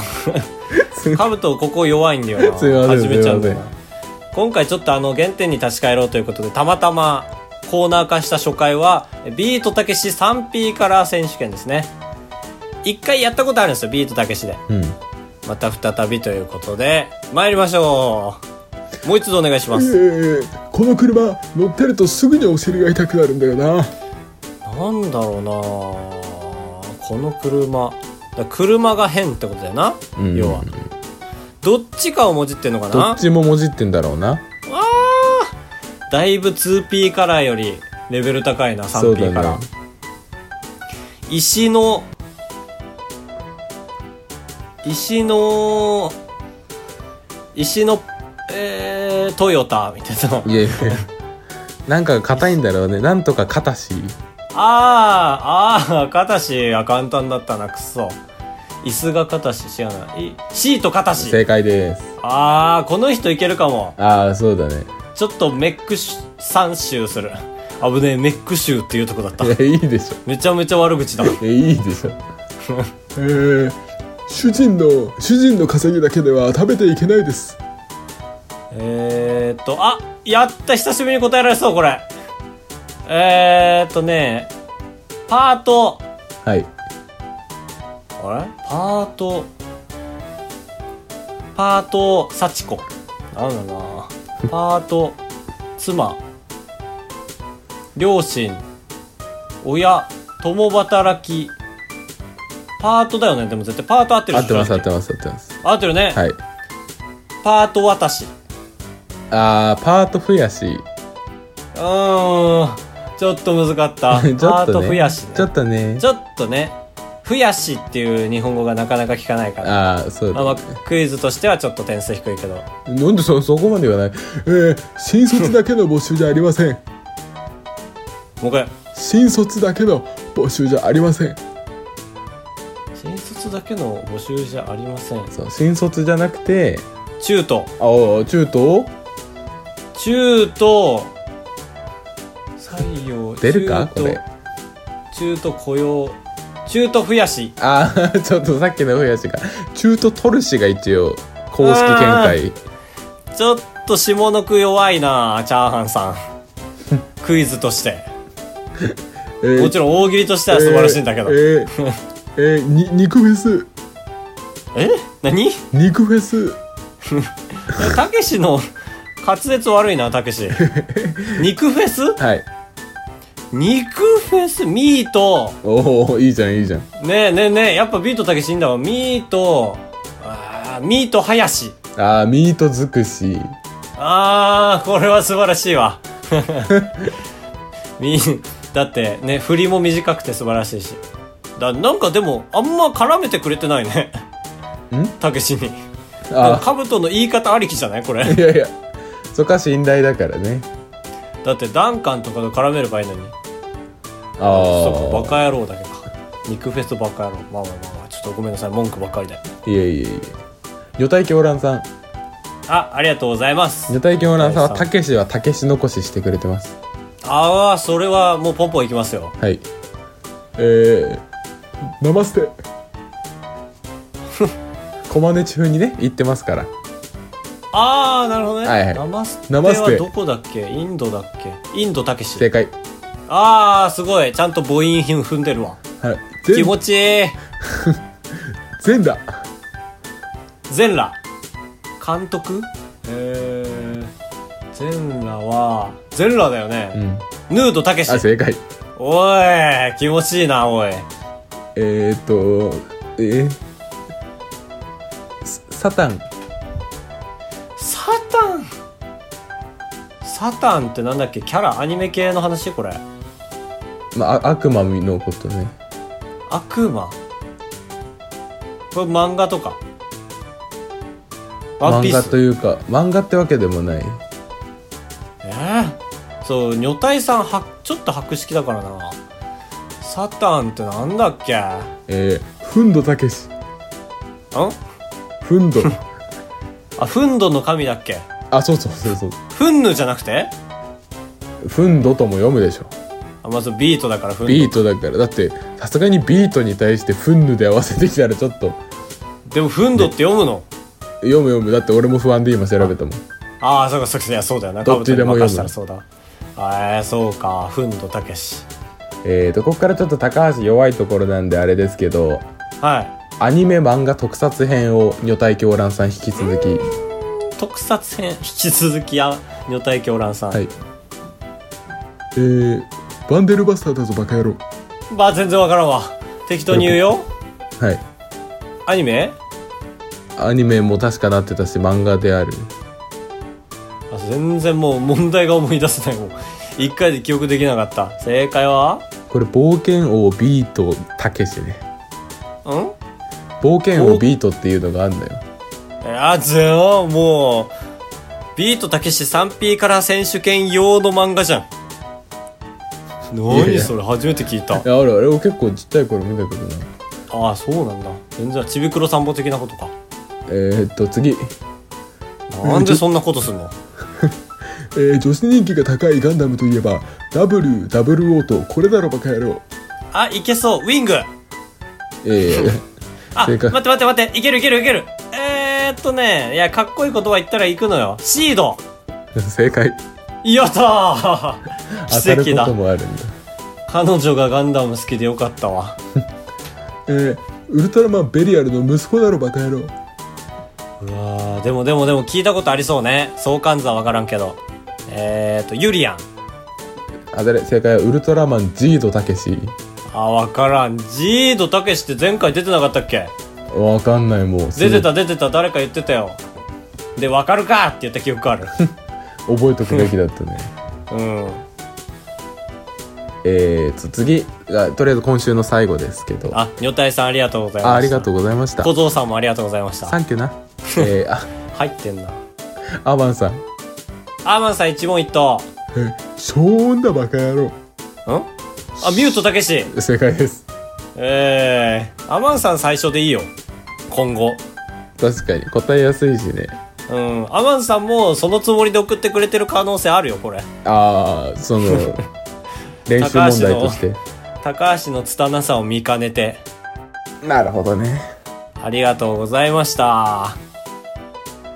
Speaker 2: カブトここ弱いんだよな。
Speaker 1: すいません
Speaker 2: 始めちゃうんだよ
Speaker 1: す
Speaker 2: ない
Speaker 1: ま。
Speaker 2: 今回ちょっとあの、原点に立ち返ろうということで、たまたまコーナー化した初回は、ビートたけし 3P カラー選手権ですね。一回やったことあるんですよ、ビートたけしで。
Speaker 1: うん
Speaker 2: また再びということで、参りましょう。もう一度お願いします。
Speaker 1: この車乗ってるとすぐにお尻が痛くなるんだよな
Speaker 2: なんだろうなこの車だ車が変ってことだよな、
Speaker 1: うん
Speaker 2: 要はどっちかをもじってんのか
Speaker 1: ど
Speaker 2: な
Speaker 1: っちももじってんだろうな
Speaker 2: だいぶ 2P カラーよりレベル高いな
Speaker 1: そうだ
Speaker 2: 3P カラ
Speaker 1: ね
Speaker 2: ー、石の石の石のえー、トヨタみたいない
Speaker 1: やいやなんか硬いんだろうねなんとか硬し
Speaker 2: あーあーかたしは簡単だったなくそ椅子がかたし違うないシートかたし
Speaker 1: 正解です
Speaker 2: ああこの人いけるかも
Speaker 1: ああそうだね
Speaker 2: ちょっとメックシュ3周する危ねえメックシュっていうとこだった
Speaker 1: いやいいでしょ
Speaker 2: めちゃめちゃ悪口だ
Speaker 1: いやいいで しょえー、主人の主人の稼ぎだけでは食べていけないです
Speaker 2: えーっとあやった久しぶりに答えられそうこれえー、っとねパート
Speaker 1: はい
Speaker 2: あれパートパート幸子なんだなパート妻両親親共働きパートだよねでも絶対パート合ってる
Speaker 1: 合
Speaker 2: で
Speaker 1: って
Speaker 2: しょ
Speaker 1: ます合ってます合ってます
Speaker 2: 合ってるね、
Speaker 1: はい
Speaker 2: パート私う
Speaker 1: あーパート増やし
Speaker 2: ーんちょっと難かっ た
Speaker 1: ちょっとね
Speaker 2: パート増やし、ね、
Speaker 1: ちょっとね
Speaker 2: ちょっとねふやしっていう日本語がなかなか聞かないから
Speaker 1: ああそう
Speaker 2: まあま
Speaker 1: だ
Speaker 2: あ、クイズとしてはちょっと点数低いけど
Speaker 1: なんでそそこまで言わないえー、新卒だけの募集じゃありません
Speaker 2: もう一回
Speaker 1: 新卒だけの募集じゃありません
Speaker 2: 新卒だけの募集じゃありません
Speaker 1: そう新卒じゃなくて
Speaker 2: 中途
Speaker 1: あお中途
Speaker 2: 中途採用
Speaker 1: 出るか
Speaker 2: 中途
Speaker 1: これ
Speaker 2: 中途雇用中途増やし
Speaker 1: あ あちょっとさっきのふやしが中途取るしが一応公式見解
Speaker 2: ちょっと下の句弱いなチャーハン さんクイズとして
Speaker 1: え
Speaker 2: もちろん大喜利としては素晴らしいんだけど
Speaker 1: え
Speaker 2: え
Speaker 1: ーえーえーに肉フェス
Speaker 2: 何
Speaker 1: 肉フェス
Speaker 2: たけしの滑舌悪いなたけ し肉フェス
Speaker 1: はい
Speaker 2: 肉フェスミート
Speaker 1: おおいいじゃんいいじゃん
Speaker 2: ねえねえねえやっぱビートたけしいいんだわミートあーミート林
Speaker 1: あーミート尽くし
Speaker 2: あーこれは素晴らしいわ みだってね振りも短くて素晴らしいしだなんかでもあんま絡めてくれてないね
Speaker 1: ん
Speaker 2: たけしに
Speaker 1: あ
Speaker 2: かぶとの言い方ありきじゃないこれ
Speaker 1: ーいやいやそこは信頼だからね
Speaker 2: だってダンカンとかと絡めればいいのにそうか
Speaker 1: あ
Speaker 2: バカ野郎だけか肉フェスバカ野郎まあまあまあまあちょっとごめんなさい文句ばっかりで
Speaker 1: あいやいやいや女体狂乱さん
Speaker 2: あありがとうございます
Speaker 1: 女体狂乱さんは
Speaker 2: はい
Speaker 1: たけしはたけし残ししてくれてます
Speaker 2: ああそれはもうポンポンいきますよ
Speaker 1: はいえー、ナマステコマネチ風にね言ってますから
Speaker 2: ああなるほどね、
Speaker 1: はいはい
Speaker 2: ナマステ
Speaker 1: ナマス
Speaker 2: は
Speaker 1: テ
Speaker 2: どこだっけインドだっけインドたけし
Speaker 1: 正解
Speaker 2: ああすごいちゃんと母音品踏んでるわ
Speaker 1: はい
Speaker 2: 気
Speaker 1: 全
Speaker 2: 持ちいい
Speaker 1: 全だ
Speaker 2: 全裸監督は、全裸だよ
Speaker 1: う
Speaker 2: ね。
Speaker 1: ん。
Speaker 2: ヌードたけし。
Speaker 1: あ、正解。
Speaker 2: おい、気持ちいいな、おい。
Speaker 1: えー、っと、えー、ササタン。
Speaker 2: サタンサタンってなんだっけキャラアニメ系の話これ。
Speaker 1: まあ、あ悪魔のことね。
Speaker 2: 悪魔これ漫画とか。ワンピ
Speaker 1: 漫
Speaker 2: ー
Speaker 1: 画
Speaker 2: ス
Speaker 1: と。いうか、漫画ってわけでもない。
Speaker 2: えーそう女体さんはちょっと博識だからなサタンってなんだっけん
Speaker 1: えー、フンドたけし。フン ド。
Speaker 2: あフンドの神だっけ
Speaker 1: あ、そうそうそうそう。
Speaker 2: フンヌじゃなくて
Speaker 1: フンドとも読むでしょ。
Speaker 2: あまずビートだからフン
Speaker 1: ビートだから。だって、さすがにビートに対してフンヌで合わせてきたらちょっと、
Speaker 2: ドでもフンドって読むの
Speaker 1: 読む読む。だって俺も不安で今調べたもん。
Speaker 2: ああそうかそうかいやそうだよな
Speaker 1: どっちでも
Speaker 2: カ
Speaker 1: 読む
Speaker 2: ブトに任したらそうだえー、そうかフンドたけし
Speaker 1: えーと、ここからちょっと高橋弱いところなんであれですけど、
Speaker 2: は
Speaker 1: アニメ漫画特撮編を女体狂乱さん引き続き、
Speaker 2: い特撮編引き続きや女体狂乱さん、
Speaker 1: はい。えー、バンデルバスターだぞバカ野郎。
Speaker 2: まあ全然わからんわ適当に言うよ
Speaker 1: はい。
Speaker 2: アニメ
Speaker 1: アニメも確かなってたし、漫画である。
Speaker 2: あ全然もう問題が思い出せないもう一回で記憶できなかった正解は
Speaker 1: これ、冒険王ビートたけしね。
Speaker 2: ん
Speaker 1: 冒険王ビートっていうのがあるんだよ。
Speaker 2: あずよもうビートたけし 3P から選手権用の漫画じゃん
Speaker 1: いやい
Speaker 2: 何
Speaker 1: や
Speaker 2: それ初めて聞 いた
Speaker 1: いや、あれ、あれを結構ちっちゃい頃見たけどな。
Speaker 2: ああそうなんだ全然ちびくろ散歩的なことか
Speaker 1: えー、っと、次。
Speaker 2: なんでそんなことすんの
Speaker 1: えー女子人気が高いガンダムといえば WWO とこれだろバカ野郎
Speaker 2: あいけそうウィング
Speaker 1: えー、
Speaker 2: あ待
Speaker 1: 正解
Speaker 2: って待って待っていけるいけるいけるえー、っとねいやかっこいい言葉言ったら行くのよシード
Speaker 1: 正解
Speaker 2: やったー
Speaker 1: 当
Speaker 2: 奇
Speaker 1: たる
Speaker 2: 跡
Speaker 1: こ
Speaker 2: だ
Speaker 1: ともあるんだ
Speaker 2: 彼女がガンダム好きでよかったわ
Speaker 1: えー、ウルトラマンベリアルの息子だろバカ野郎
Speaker 2: うわーでもでもでも聞いたことありそうね相関図は分からんけどえーとユリアン
Speaker 1: あだれ正解はウルトラマンジードたけし
Speaker 2: あ分からんジードたけしって前回出てなかったっけ
Speaker 1: わかんないもう
Speaker 2: 出てた
Speaker 1: す
Speaker 2: 出てた誰か言ってたよで分かるかって言った記 憶ある
Speaker 1: ぐ覚えとくべきだ ったね
Speaker 2: うん
Speaker 1: えー、と次がとりあえず今週の最後ですけどあ
Speaker 2: あ女体さんありがとうございました
Speaker 1: ありがとうございました
Speaker 2: 小僧さんもありがとうございました
Speaker 1: サンキューなえー、あ
Speaker 2: 入ってんな
Speaker 1: アマンさん
Speaker 2: アーマンさん一問一答ん
Speaker 1: えショーンだバカ野郎
Speaker 2: あミュートたけし
Speaker 1: 正解です
Speaker 2: えー、アマンさん最初でいいよ今後
Speaker 1: 確かに答えやすいしね
Speaker 2: うん、アマンさんもそのつもりで送ってくれてる可能性あるよこれ
Speaker 1: ああ その練習問題として
Speaker 2: 高橋の拙さを見かねて
Speaker 1: なるほどね
Speaker 2: ありがとうございました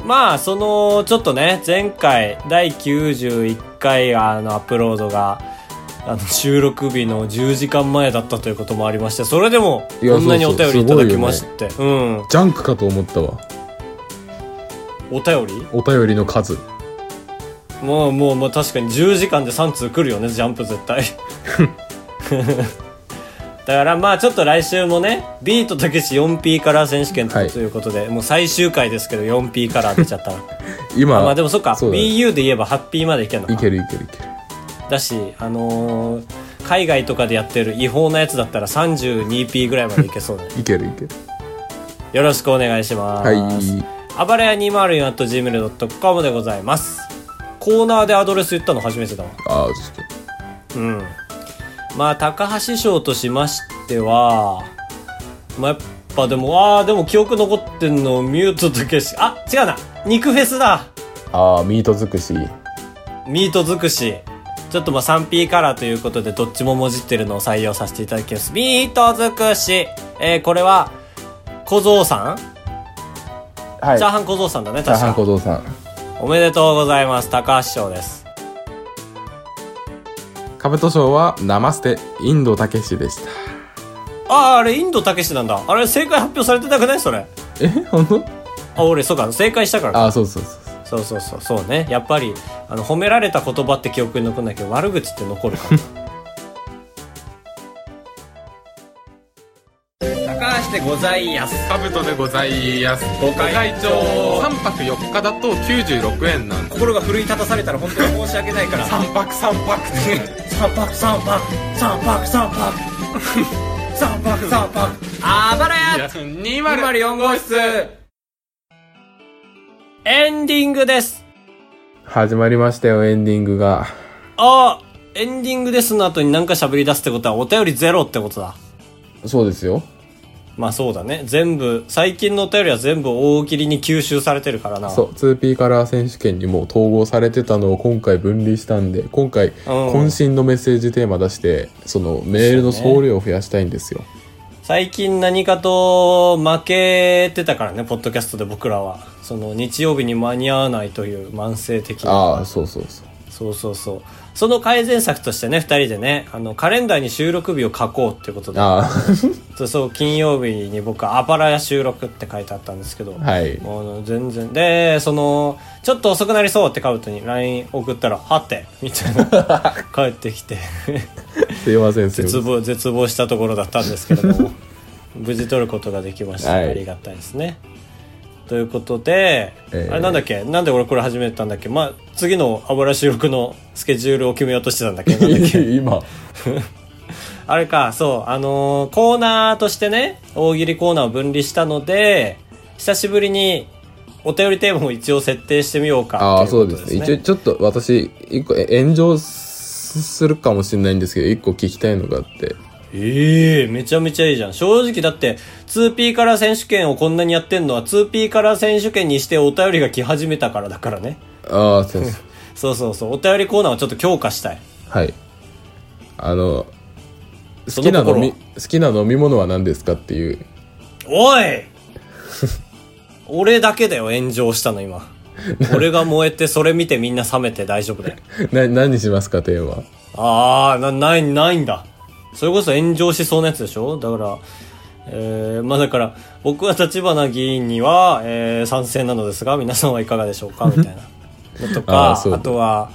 Speaker 2: まあそのちょっとね前回第91回あのアップロードがあの収録日の10時間前だったということもありましてそれでも
Speaker 1: いや
Speaker 2: こんなに
Speaker 1: そ
Speaker 2: お
Speaker 1: うそう
Speaker 2: 便りいただきましてうん
Speaker 1: ジャンクかと思ったわ
Speaker 2: お便り
Speaker 1: お便りの数
Speaker 2: もうもうもう確かに10時間で3通来るよねジャンプ絶 対だからまあちょっと来週もねビートたけし 4P カラー選手権と
Speaker 1: はい
Speaker 2: いうことで、もう最終回ですけど 4P カラー出ちゃっ たら
Speaker 1: 今
Speaker 2: あまあでもそっか、
Speaker 1: そうだね
Speaker 2: BU で言えばハッピーまでいけるのか
Speaker 1: いけるいけるいける
Speaker 2: だしあのー海外とかでやってる違法なやつだったら 32P ぐらいまでいけそ うだね
Speaker 1: いけるいける
Speaker 2: よろしくお願いします
Speaker 1: はい
Speaker 2: あばれや 204.gmail.com でございますコーナーでアドレス言ったの初めてだわ
Speaker 1: ああ確か
Speaker 2: うん、まあ高橋賞としましては、まあ、やっぱでもああでも記憶残ってんのミュートだけしあ違うな肉フェスだ
Speaker 1: にああミート尽くし
Speaker 2: ミート尽くしちょっとまあ 3P カラーということでどっちももじってるのを採用させていただきますミート尽くし、えーこれは小僧さん、
Speaker 1: はい
Speaker 2: チャーハン小僧さんだね
Speaker 1: チャーハ
Speaker 2: 確
Speaker 1: ン
Speaker 2: か
Speaker 1: 小僧さん
Speaker 2: おめでとうございます高橋賞です
Speaker 1: カブト賞はナマステインドたけしでした
Speaker 2: あああれインドたけしなんだあれ正解発表されてなくないそれ
Speaker 1: え本当
Speaker 2: あ俺そうか正解したから
Speaker 1: ああそうそうそうそう
Speaker 2: そうそうそうそうねやっぱりあの褒められた言葉って記憶に残んないけど悪口って残るから高橋でございやす
Speaker 1: カブトでございますご
Speaker 2: 会長
Speaker 1: 3泊4日だと96円なんです
Speaker 2: 心が奮い立たされたら本当に申し訳ないから三
Speaker 1: 泊3泊
Speaker 2: 泊三泊三泊三泊三泊三泊あばらや
Speaker 1: 204
Speaker 2: 号室エンディングです
Speaker 1: 始まりましたよエンディングが
Speaker 2: あーエンディングですの後に何か喋り出すってことはお便りゼロってことだ
Speaker 1: そうですよ
Speaker 2: まあそうだね全部最近のお便りは全部大切りに吸収されてるからな
Speaker 1: そう 2P カラー選手権にもう統合されてたのを今回分離したんで今回渾身のメッセージテーマ出してそのメールの総量を増やしたいんですよ
Speaker 2: 最近何かと負けてたからねポッドキャストで僕らはその日曜日に間に合わないという慢性的な
Speaker 1: ああそうそうそう
Speaker 2: そうそうそうその改善策としてね2人でねあのカレンダーに収録日を書こうってことで
Speaker 1: あ
Speaker 2: そうそう金曜日に僕は「アパラヤ収録」って書いてあったんですけど、
Speaker 1: あ はい
Speaker 2: もうあの全然でそのちょっと遅くなりそうってカブトに LINE 送ったら「はて」みたい な帰ってきて
Speaker 1: すいませんすいませ
Speaker 2: 絶
Speaker 1: ん
Speaker 2: 望絶望したところだったんですけ れども無事取ることができました、
Speaker 1: はい
Speaker 2: ありがたいですねということで、
Speaker 1: えー
Speaker 2: あれなんだっけなんで俺これ始めたんだっけまあ次の油収録のスケジュールを決めようとしてたんだっけなんだっけ
Speaker 1: 今
Speaker 2: あれか、そう、あのーコーナーとしてね、大喜利コーナーを分離したので、久しぶりにお便りテーマも一応設定してみようか
Speaker 1: ああ
Speaker 2: とい
Speaker 1: そうう
Speaker 2: こ
Speaker 1: で
Speaker 2: と
Speaker 1: すね一応ちょっと私一個え炎上すするかもしれないんですけど一個聞きたいのがあって
Speaker 2: ええめちゃめちゃいいじゃん。正直だって、2P カラー選手権をこんなにやってんのは、2P カラー選手権にしてお便りが来始めたからだからね。
Speaker 1: ああそうです
Speaker 2: そうそうそう、お便りコーナーをちょっと強化したい。
Speaker 1: はいあの好
Speaker 2: そ
Speaker 1: き
Speaker 2: の
Speaker 1: な飲
Speaker 2: 心
Speaker 1: み好きな飲み物は何ですかっていう
Speaker 2: おい俺だけだよ、炎上したの今。俺が燃えて、それ見てみんな冷めて大丈夫だよ。
Speaker 1: な何にしますかテーマ
Speaker 2: ああ、な、ない、ないんだ。それこそ炎上しそうなやつでしょだから、えー、まあだから、僕は立花議員には、えー、賛成なのですが、皆さんはいかがでし ょうかみたいな。のと
Speaker 1: あー
Speaker 2: か、
Speaker 1: そう
Speaker 2: あ
Speaker 1: だ
Speaker 2: とは、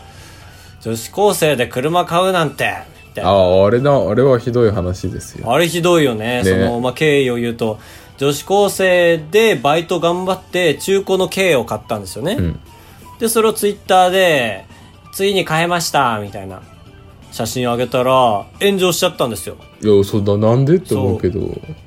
Speaker 2: 女子高生で車買うなんて、みたいな。
Speaker 1: あああれだあれはひどい話ですよ
Speaker 2: あれひどいよね。
Speaker 1: ね
Speaker 2: その、まあ、経緯を言うと、女子高生でバイト頑張って、中古の経営を買ったんですよね。
Speaker 1: ん
Speaker 2: で、それをツイッターで、ついに買えました、みたいな写真を上げたら、炎上しちゃったんですよ。
Speaker 1: いやそうだなんでって思うけど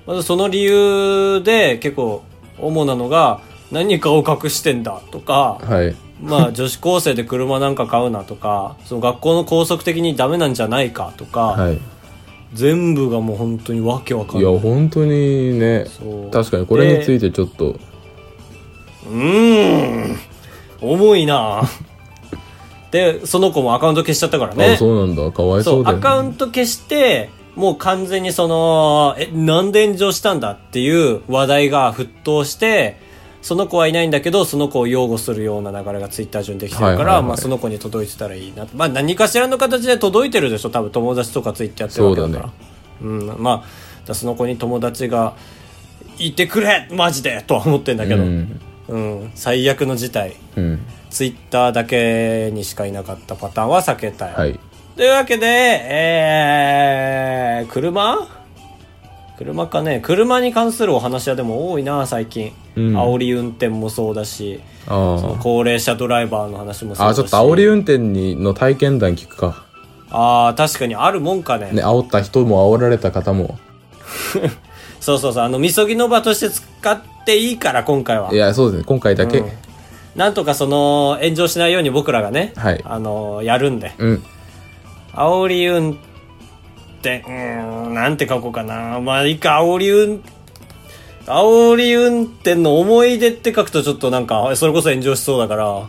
Speaker 2: まずその理由で、結構、主なのが、何かを隠してんだとか、
Speaker 1: はい
Speaker 2: まあ女子高生で車なんか買うなとか、その学校の校則的にダメなんじゃないかとか、
Speaker 1: はい
Speaker 2: 全部がもう本当にわけわかん
Speaker 1: い
Speaker 2: ない。
Speaker 1: や本当にね
Speaker 2: そう
Speaker 1: 確かにこれについてちょっと
Speaker 2: うーん重いなでその子もアカウント消しちゃったから
Speaker 1: あ
Speaker 2: ね
Speaker 1: そうなんだかわい
Speaker 2: そ
Speaker 1: そううだよ
Speaker 2: ア
Speaker 1: ね
Speaker 2: カウント消してもう完全にそのえなんで炎上したんだっていう話題が沸騰してその子はいないんだけどその子を擁護するような流れがツイッター上にできてるから、
Speaker 1: はいはいはい
Speaker 2: まあ、その子に届いてたらいいなまあ何かしらの形で届いてるでしょ多分友達とかツイッターやってるわけだからう,、んまあだからその子に友達が「いてくれマジで!」とは思ってんだけど、
Speaker 1: うん
Speaker 2: うん、最悪の事態
Speaker 1: うん
Speaker 2: ツイッターだけにしかいなかったパターンは避けたい、
Speaker 1: はい
Speaker 2: というわけで、えー、車車かね車に関するお話はでも多いな最近、
Speaker 1: うん
Speaker 2: 煽り運転もそうだし
Speaker 1: あ
Speaker 2: その
Speaker 1: ー
Speaker 2: 高齢者ドライバーの話もそう
Speaker 1: あ
Speaker 2: だ
Speaker 1: ー
Speaker 2: し
Speaker 1: ちょっと煽り運転にの体験談聞くか
Speaker 2: あー確かにあるもんかね
Speaker 1: ね煽った人も煽られた方も
Speaker 2: そうそうそうあのみそぎの場として使っていいから今回はい
Speaker 1: やそうですね今回だけ
Speaker 2: うんなんとかその炎上しないように僕らがね、
Speaker 1: はい
Speaker 2: あのやるんで
Speaker 1: うん
Speaker 2: 煽り運転、うーん、なんて書こうかな。まあ、いいか、煽り運、煽り運転の思い出って書くとちょっとなんか、それこそ炎上しそう だから。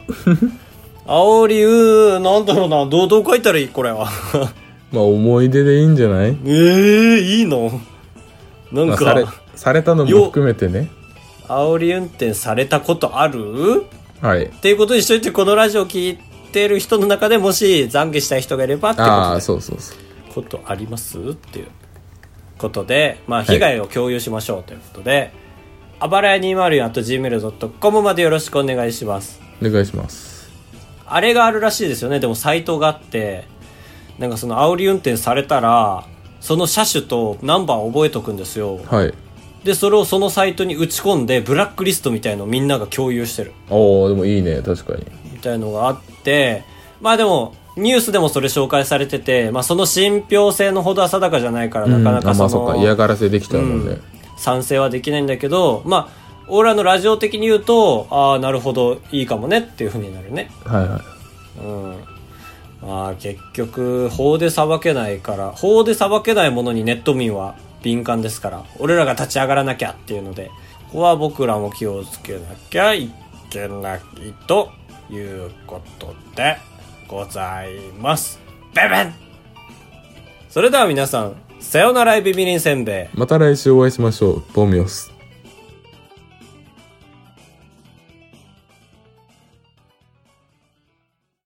Speaker 2: 煽り運、なんだろうな、どう、どう書いたらいいこれは。
Speaker 1: まあ思い出でいいんじゃない
Speaker 2: ええいいの
Speaker 1: ま
Speaker 2: なん
Speaker 1: あされ
Speaker 2: か、
Speaker 1: されたのも含めてね
Speaker 2: 煽り運転されたことある
Speaker 1: はい
Speaker 2: っていうことにしといて、このラジオ聞いてる人の中でもし懺悔したい人がいればってことで
Speaker 1: ああそうそうそう
Speaker 2: ことありますっていうことで、まあ、被害を共有しましょうということで、あばらや 204.gmail.com までよろしくお願いします。
Speaker 1: お願いします。
Speaker 2: あれがあるらしいですよね。でもサイトがあって、なんかその煽り運転されたら、その車種とナンバーを覚えとくんですよ。
Speaker 1: はい。
Speaker 2: で、それをそのサイトに打ち込んで、ブラックリストみたいのをみんなが共有してる。
Speaker 1: おー、でもいいね、確かに。
Speaker 2: みたいのがあって、まあでも、ニュースでもそれ紹介されてて、まあその信憑性のほどは定かじゃないから、なかな
Speaker 1: う
Speaker 2: か
Speaker 1: んあま
Speaker 2: そ
Speaker 1: あそっ
Speaker 2: の、
Speaker 1: か、嫌がらせできちゃうもんね。
Speaker 2: 賛成はできないんだけど、まあ、俺らのラジオ的に言うと、ああ、なるほど、いいかもねっていうふうになるね。
Speaker 1: はいはい。
Speaker 2: うん。まあ結局、法で裁けないから、法で裁けないものにネット民は敏感ですから、俺らが立ち上がらなきゃっていうので、ここは僕らも気をつけなきゃいけないということでございます。ベベンそれでは皆さん、さよならエビビリンせんべい。
Speaker 1: また来週お会いしましょう。ボミオス。